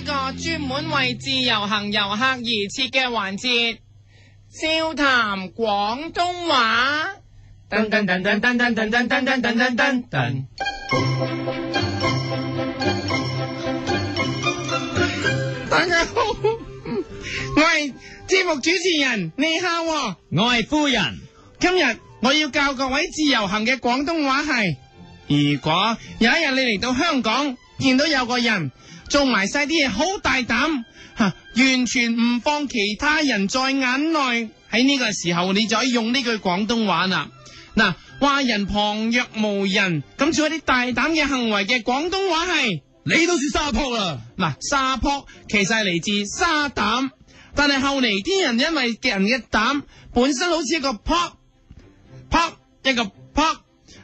個專門為自由行遊客而設嘅環節，笑談廣東話。噔噔噔噔噔噔噔噔噔噔噔噔噔。大家好，我係節目主持人，你好喎。我係夫人，今日我要教各位自由行嘅廣東話係：如果有一日你嚟到香港，見到有個人做埋晒啲嘢好大膽，吓完全唔放其他人在眼內，喺呢個時候你就可以用呢句廣東話啦。嗱，話人旁若無人，咁做一啲大膽嘅行為嘅廣東話係。你都算沙坡啦。嗱，沙坡其實係嚟自沙膽，但係後嚟啲人因為嘅人嘅膽本身好似一個 pop pop 一個 pop，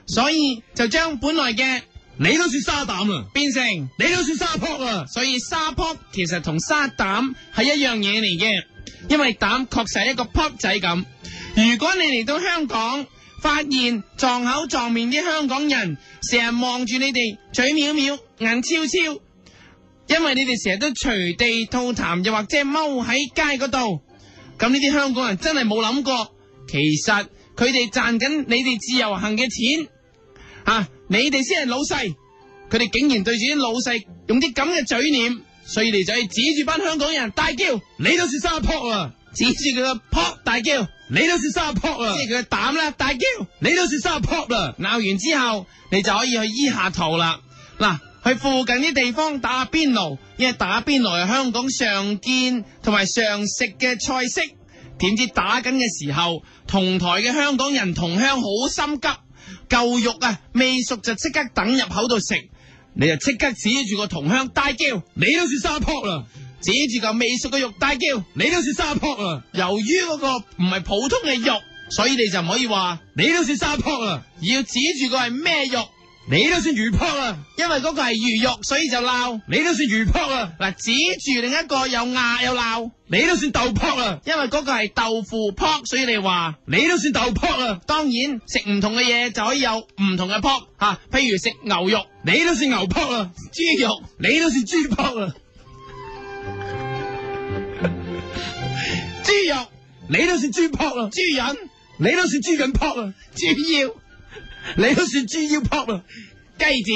所以就將本來嘅你都算沙膽啦，變成，你都算沙坡啦，所以沙坡其實同沙膽係一樣嘢嚟嘅，因為膽確實係一個 pop 仔咁。如果你嚟到香港，發現撞口撞面啲香港人，成日望住你哋嘴藐藐、眼超超，因為你哋成日都隨地吐痰，又或者踎喺街嗰度。咁呢啲香港人真係冇諗過，其實佢哋賺緊你哋自由行嘅錢，啊，你哋先係老細，佢哋竟然對住啲老細用啲咁嘅嘴臉，所以你就係指住班香港人大叫，你都算沙坡啦，指住佢個撲大叫，即你都算沙坡啦，係佢嘅膽啦，大叫。你都算沙坡啦，鬧完之後，你就可以去醫下肚啦。嗱，去附近啲地方打下邊爐，因為打邊爐係香港常見同埋常食嘅菜式。點知打緊嘅時候，同台嘅香港人同鄉好心急，嚿肉啊未熟就即刻等入口度食，你就即刻指住個同鄉大叫，你都算沙坡啦，指住嚿未熟嘅肉大叫。你都算沙坡啦，由於嗰個唔係普通嘅肉，所以你就唔可以話，你都算沙坡啦，而要指住佢係咩肉。你都算魚坡啦，因為嗰個係魚肉，所以就鬧。你都算魚坡啦，嗱，指住另一個又壓又鬧，你都算啊豆坡啦，啊因為嗰個係豆腐撲，所以你話。你都算豆啊坡啦，當然食唔同嘅嘢就可以有唔同嘅撲吓，啊譬如食牛肉、你都算牛坡啦，豬肉。你都算豬啊坡啦，豬肉、你都算豬坡啦，豬潤、你都算豬緊坡啦，豬腰、你都算豬腰坡啦，雞子，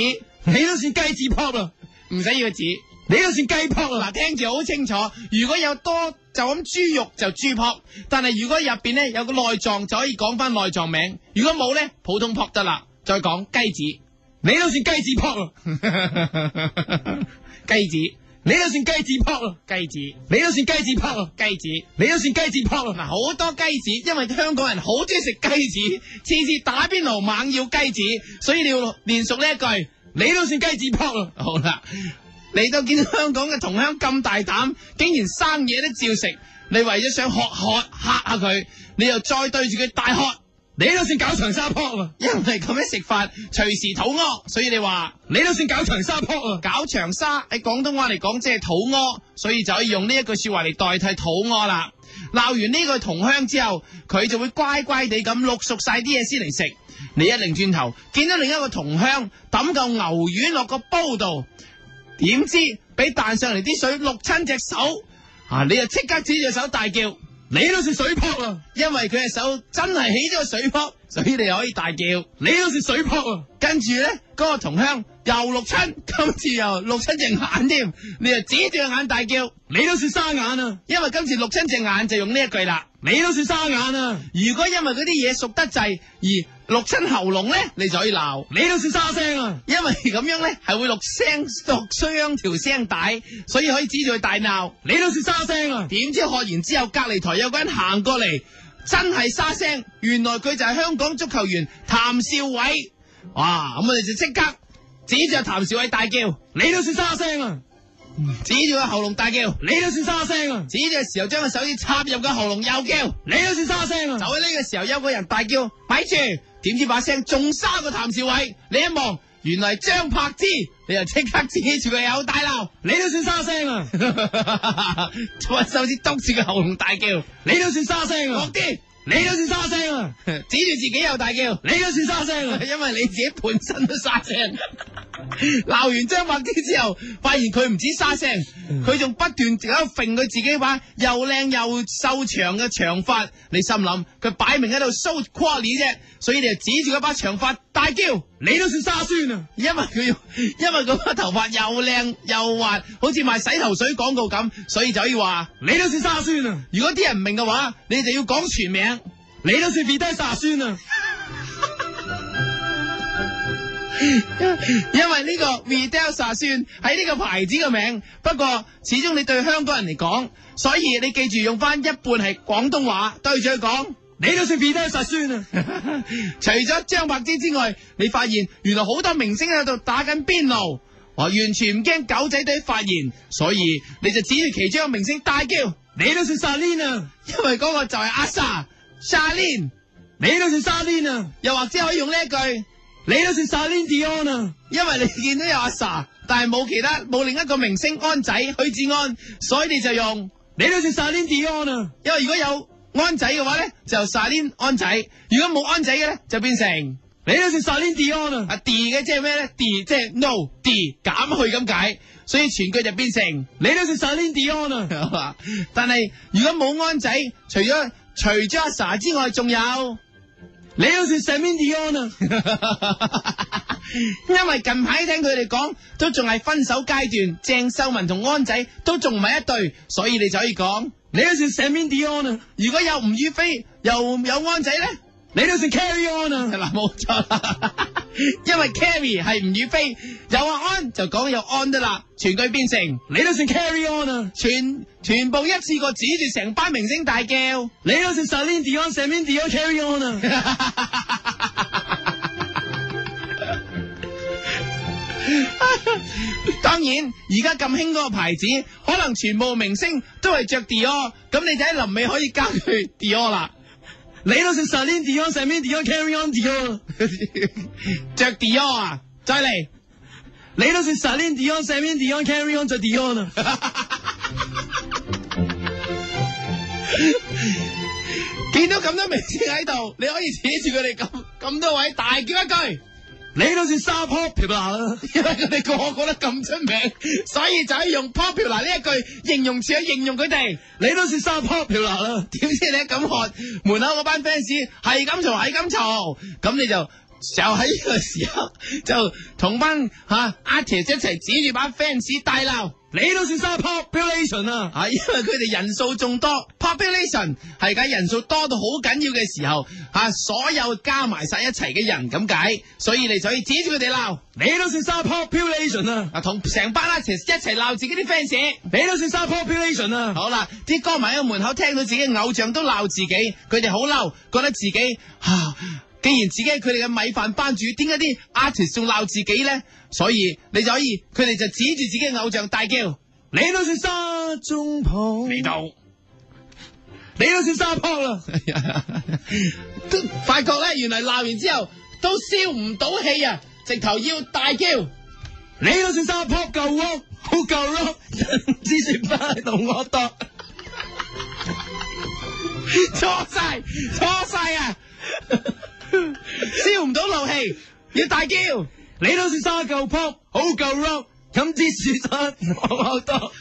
你都算雞子啊坡啦，唔使要個子。你都算雞啊坡啦嗱，。聽住好清楚。如果有多就咁豬肉就豬撲，但係如果入邊咧有個內臟就可以講翻內臟名。如果冇咧，普通撲得啦。再講雞子。你都算雞子撲啦， 雞子、你都算雞子撲啦，雞子、你都算雞子撲啦，雞子，你都算雞啊子撲啦，嗱好多雞子，因為香港人好中意食雞子，次次打邊爐猛要雞子，所以你要練熟呢一句。你都算雞啊子撲啦，好啦，你都見到香港嘅同鄉咁大膽，竟然生嘢都照食，你為咗想喝喝嚇下佢，你又再對住佢大喝，你都算搞長沙啊撲啦，因為咁樣食法隨時肚屙，所以你話。你都算搞長沙啊撲啦，搞長沙喺廣東話嚟講即係肚屙，所以就可以用呢一句說話嚟代替肚屙啦。鬧完呢個同鄉之後，佢就會乖乖地咁淥熟晒啲嘢先嚟食。你一擰轉頭，見到另一個同鄉抌嚿牛丸落個煲度，點知俾彈上嚟啲水淥親隻手，啊！你就即刻指住手大叫，你都算水撲啊啦，因為佢隻手真係起咗個水泡，所以你可以大叫。你都算水撲啊啦，啊跟住咧，嗰、個同鄉又六親，今次又六親隻眼添，你就指住隻眼大叫，你都算沙眼啊，因為今次六親隻眼就用呢一句啦。你都算沙眼啊，如果因為嗰啲嘢熟得滯而六親喉嚨咧，你就可以鬧，你都算沙聲啊，因為咁樣咧係會錄聲錄傷條聲帶，所以可以指住佢大鬧。你都算沙聲啊，點知學完之後，隔離台有個人行過嚟，真係沙聲，原來佢就係香港足球員譚少偉。哇！咁我哋就即刻指住阿譚少偉大叫。你都算沙聲啊，指住個喉嚨大叫，你都算沙聲啊，指住嘅時候將個手指插入個喉嚨又叫，你都算沙聲就啊，喺呢個時候有個人大叫，咪住！點知把聲仲沙過譚兆偉，你一望原來係張柏芝，你就即刻指住佢有大鬧， 你都算沙聲啊，再手指督住個喉嚨大叫，你都算沙聲落啊，啲！你都算沙聲啊！指住自己又大叫，你都算沙聲 啊！因為你自己本身都沙 聲。鬧完張柏芝之後，發現佢唔止沙聲，佢仲不斷喺度揈佢自己把又靚又瘦長嘅長髮。你心諗佢擺明喺度 show quality 啫，所以你就指住嗰把長髮大叫。你都算沙宣啊！因為佢要， 因為佢把頭髮又靚又滑，好似賣洗頭水廣告咁，所以就可以話，你都算沙宣啊！如果啲人唔明嘅話，你就要講全名。你都算 B 低沙宣啊！因為呢個 Vidal 沙宣係呢個牌子嘅名，不過始終你對香港人嚟講，所以你記住用翻一半係廣東話對住佢講。你都算 B 低沙宣啊！ 除咗張柏芝之外，你發現原來好多明星喺度打緊邊爐，我完全唔驚狗仔隊發現，所以你就指住其中一個明星大叫，因你都算沙 n 啊！為嗰個就係阿 sa、沙 lin，你都算沙 n 啊！又或者可以用呢一句。你都算沙 n Dion 啊！因為你見到有阿 sa，但係冇其他冇另一個明星安仔許志安，所以你就用。你都算沙 n Dion 啊！因為如果有安仔嘅話咧，就沙甸安仔；如果冇安仔嘅咧，就變成你都算沙 n Dion 啊！啊 D 嘅，即係咩咧？D 即係 no D 減去咁解，所以全句就變成。 你都算沙 n Dion 啊！但係如果冇安仔，除咗除咗阿 sa 之外，仲有。 你都算 Celine Dion 啊！因為近排聽佢哋講，都仲係分手階段，鄭秀文同安仔都仲唔係一對，所以你就可以講，你都算 Celine Dion 啊！如果有吳雨霏又有安仔咧，你都算 Carry On 啊！嗱冇錯啦， 因為 Carrie 係吳雨霏，有阿安就講有安得啦，全句變成你都算 Carry On 啊！全全部一次過指住成班明星大叫。你都算 Celine Dion、Celine Dion、Carry On 啊！當然，而家咁興嗰個牌子，可能全部明星都係着 Dior，咁你就喺臨尾可以加佢 Dior 啦。你都算 Celine Dion、Celine Dion、Carry On Dion 啊。着 Dior 啊，再嚟，你都算 Celine Dion、Celine Dion、Carry On 就 Dion 啊！見到咁多明星喺度，你可以指住佢哋咁咁多位大叫一句，你都算沙 popular 啊！因為佢哋個個都咁出名，所以就可以用 popular 呢一句形容詞去形容佢哋。你都算沙 popular 啊！點知你一咁喝，門口嗰班 fans 係咁嘈，係咁嘈，咁你就就喺呢個時候就同班吓 artist 一齊指住班 fans 大鬧。你都算沙 population 啊！啊，因為佢哋人數眾多，population 係解人數多到好緊要嘅時候，啊，所有加埋晒一齊嘅人咁解，所以你就可以指住佢哋鬧，你都算沙 population 啊！啊，同成班 artist 一齊鬧自己啲 fans。你都算沙 population 啊！好啦，啲歌迷喺門口聽到自己嘅偶像都鬧自己，佢哋好嬲，覺得自己啊，既然自己係佢哋嘅米飯班主，點解啲 artist 仲鬧自己呢？所以你就可以，佢哋就指住自己嘅偶像大叫，你都算沙中抱，嚟到。你都算沙 pop 啦！都發覺咧，原來鬧完之後都消唔到氣啊，直頭要大叫，你都算沙 pop 夠 rock，好夠 rock，之前翻嚟同我度，錯晒，錯晒 啊！消唔到怒氣，要大叫，你都算沙夠 pop，好夠 rock，飲支雪山我好多。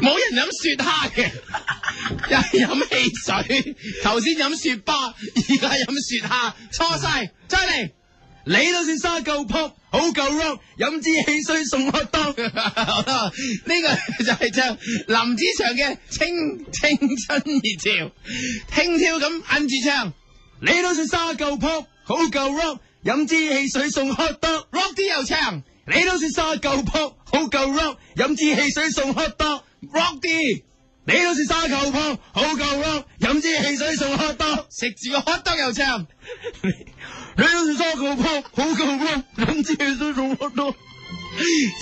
冇人飲雪蝦嘅，又係飲汽水，頭先飲雪巴，而家飲雪蝦，錯晒，再嚟。你都算沙夠 pop，好夠 rock，飲支汽水送我 當。呢個 就係唱林子祥嘅《青青春熱潮》，輕佻咁摁住唱你都算沙夠 pop，好夠 rock，飲支汽水送 hot dog。 ，rock 啲又唱你都算沙夠 pop，好夠 rock，飲支汽水送 hot dog。 ，rock 啲，你都算沙夠 pop，好夠 rock，飲支汽水送 hot dog。食住個 hot dog 又唱。你都算沙夠 pop，好夠 rock，飲支汽水送 hot dog。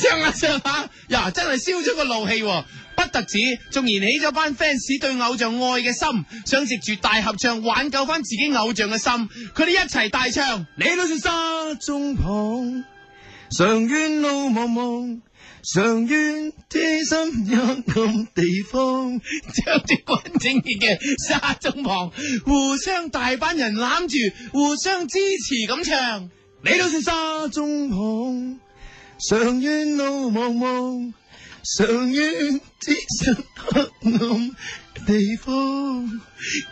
唱下唱下， 呀，真係消咗個怒氣、喎，不特止，仲燃起咗班 fans 對偶像愛嘅心，想藉住大合唱挽救翻自 己偶像嘅心，佢哋一齊大唱，你都算沙中捧，常遠路茫茫，常遠天心一暗地方。着住軍正熱嘅沙中旁，互相大班人攬住，互相支持咁唱。你都算沙中旁，常遠路茫茫，常遠天心黑暗地方。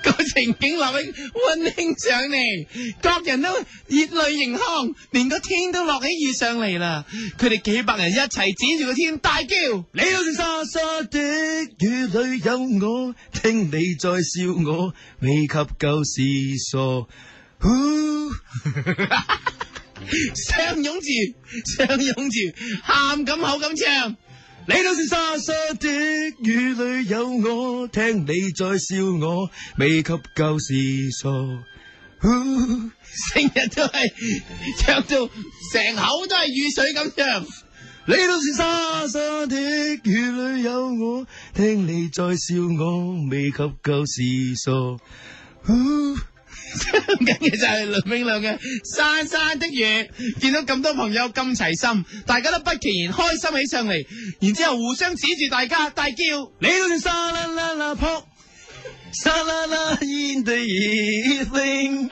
個情景立起溫馨上嚟，各人都熱淚盈眶，連個天都落起雨上嚟啦。佢哋幾百人一齊指住個天大叫，你好似沙沙的雨裏有我，聽你在笑我，未及舊時傻。呼相擁住，相擁住，喊咁口咁唱。你都是沙沙的雨裏有我，聽你在笑我，未及舊時傻。呼成日都係唱到成口都係雨水咁唱，你都是沙沙的雨裏有我，聽你在笑我，未及舊時傻。呼緊嘅就係梁永亮嘅《山山的雨》。見到咁多朋友咁齊心，大家都不其然開心起上嚟，然之後互相指住大家大叫。你都是沙啦啦啦撲，沙啦啦煙地而升，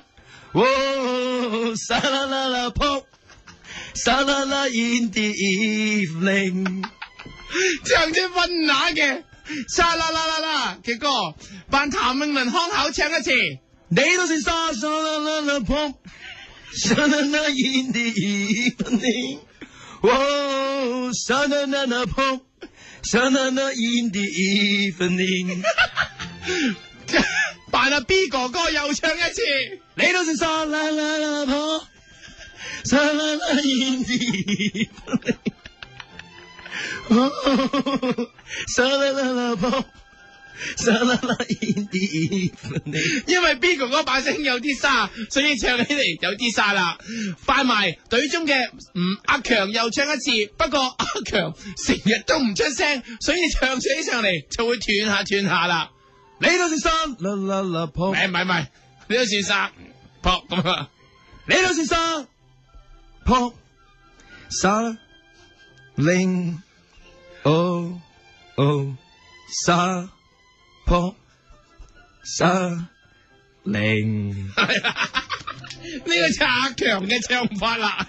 哦，沙啦啦啦撲，沙啦啦煙地而升。唱出温雅嘅沙啦啦啦啦嘅歌，扮譚詠麟腔口唱一次。 你都是沙沙啦啦啦撲，沙啦啦煙地而升，哦，沙啦啦啦撲，沙啦啦煙地而升。扮阿 B 哥哥又唱一次，你都是沙啦啦啦婆，沙啦啦燕子，沙啦啦啦婆，沙啦啦燕子，因為 B 哥哥把聲有啲沙，所以唱起嚟有啲沙啦。扮埋隊中嘅吳阿強又唱一次，不過 阿強成日都唔出聲，所以唱起上嚟就會斷下斷下啦。你都是沙啦啦啦唔婆，係唔係唔係，你都算沙嗯撲咁啊！你都是沙婆，沙令哦哦沙婆沙令。呢個就係阿強嘅唱法啦。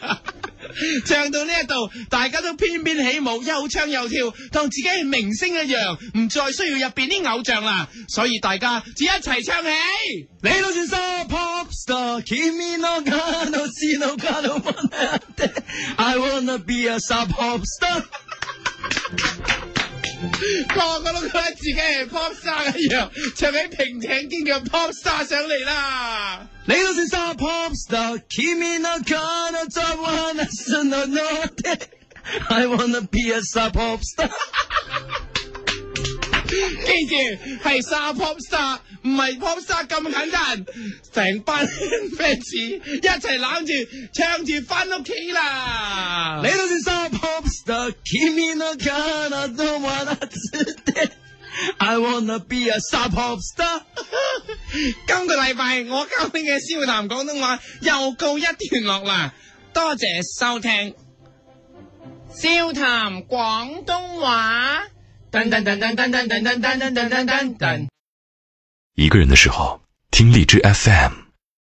唱到呢一度，大家都翩翩起舞，又唱又跳，當自己係明星一樣，唔再需要入邊啲偶像啦。所以大家只一齊唱起。你都算沙 pop star，君の名の知のかのもなって，I wanna be a 沙 pop star。個個都覺得自己係 pop star 一樣，唱起平井堅嘅 pop star 上嚟啦。你都算沙 pop star，君の名のざわなすののって，I wanna be a 沙 pop star。記住係沙 pop star，唔係 pop star 咁簡單。成班 fans 一齊攬住唱住翻屋企啦。你都算沙 pop star，君の名のざわなすって，I wanna be a 沙 pop star。 今個禮拜我教你嘅笑談廣東話又告一段落啦，多謝收聽笑談廣東話。噔噔噔噔噔噔噔噔噔噔噔噔噔。一个人的时候，听荔枝 FM。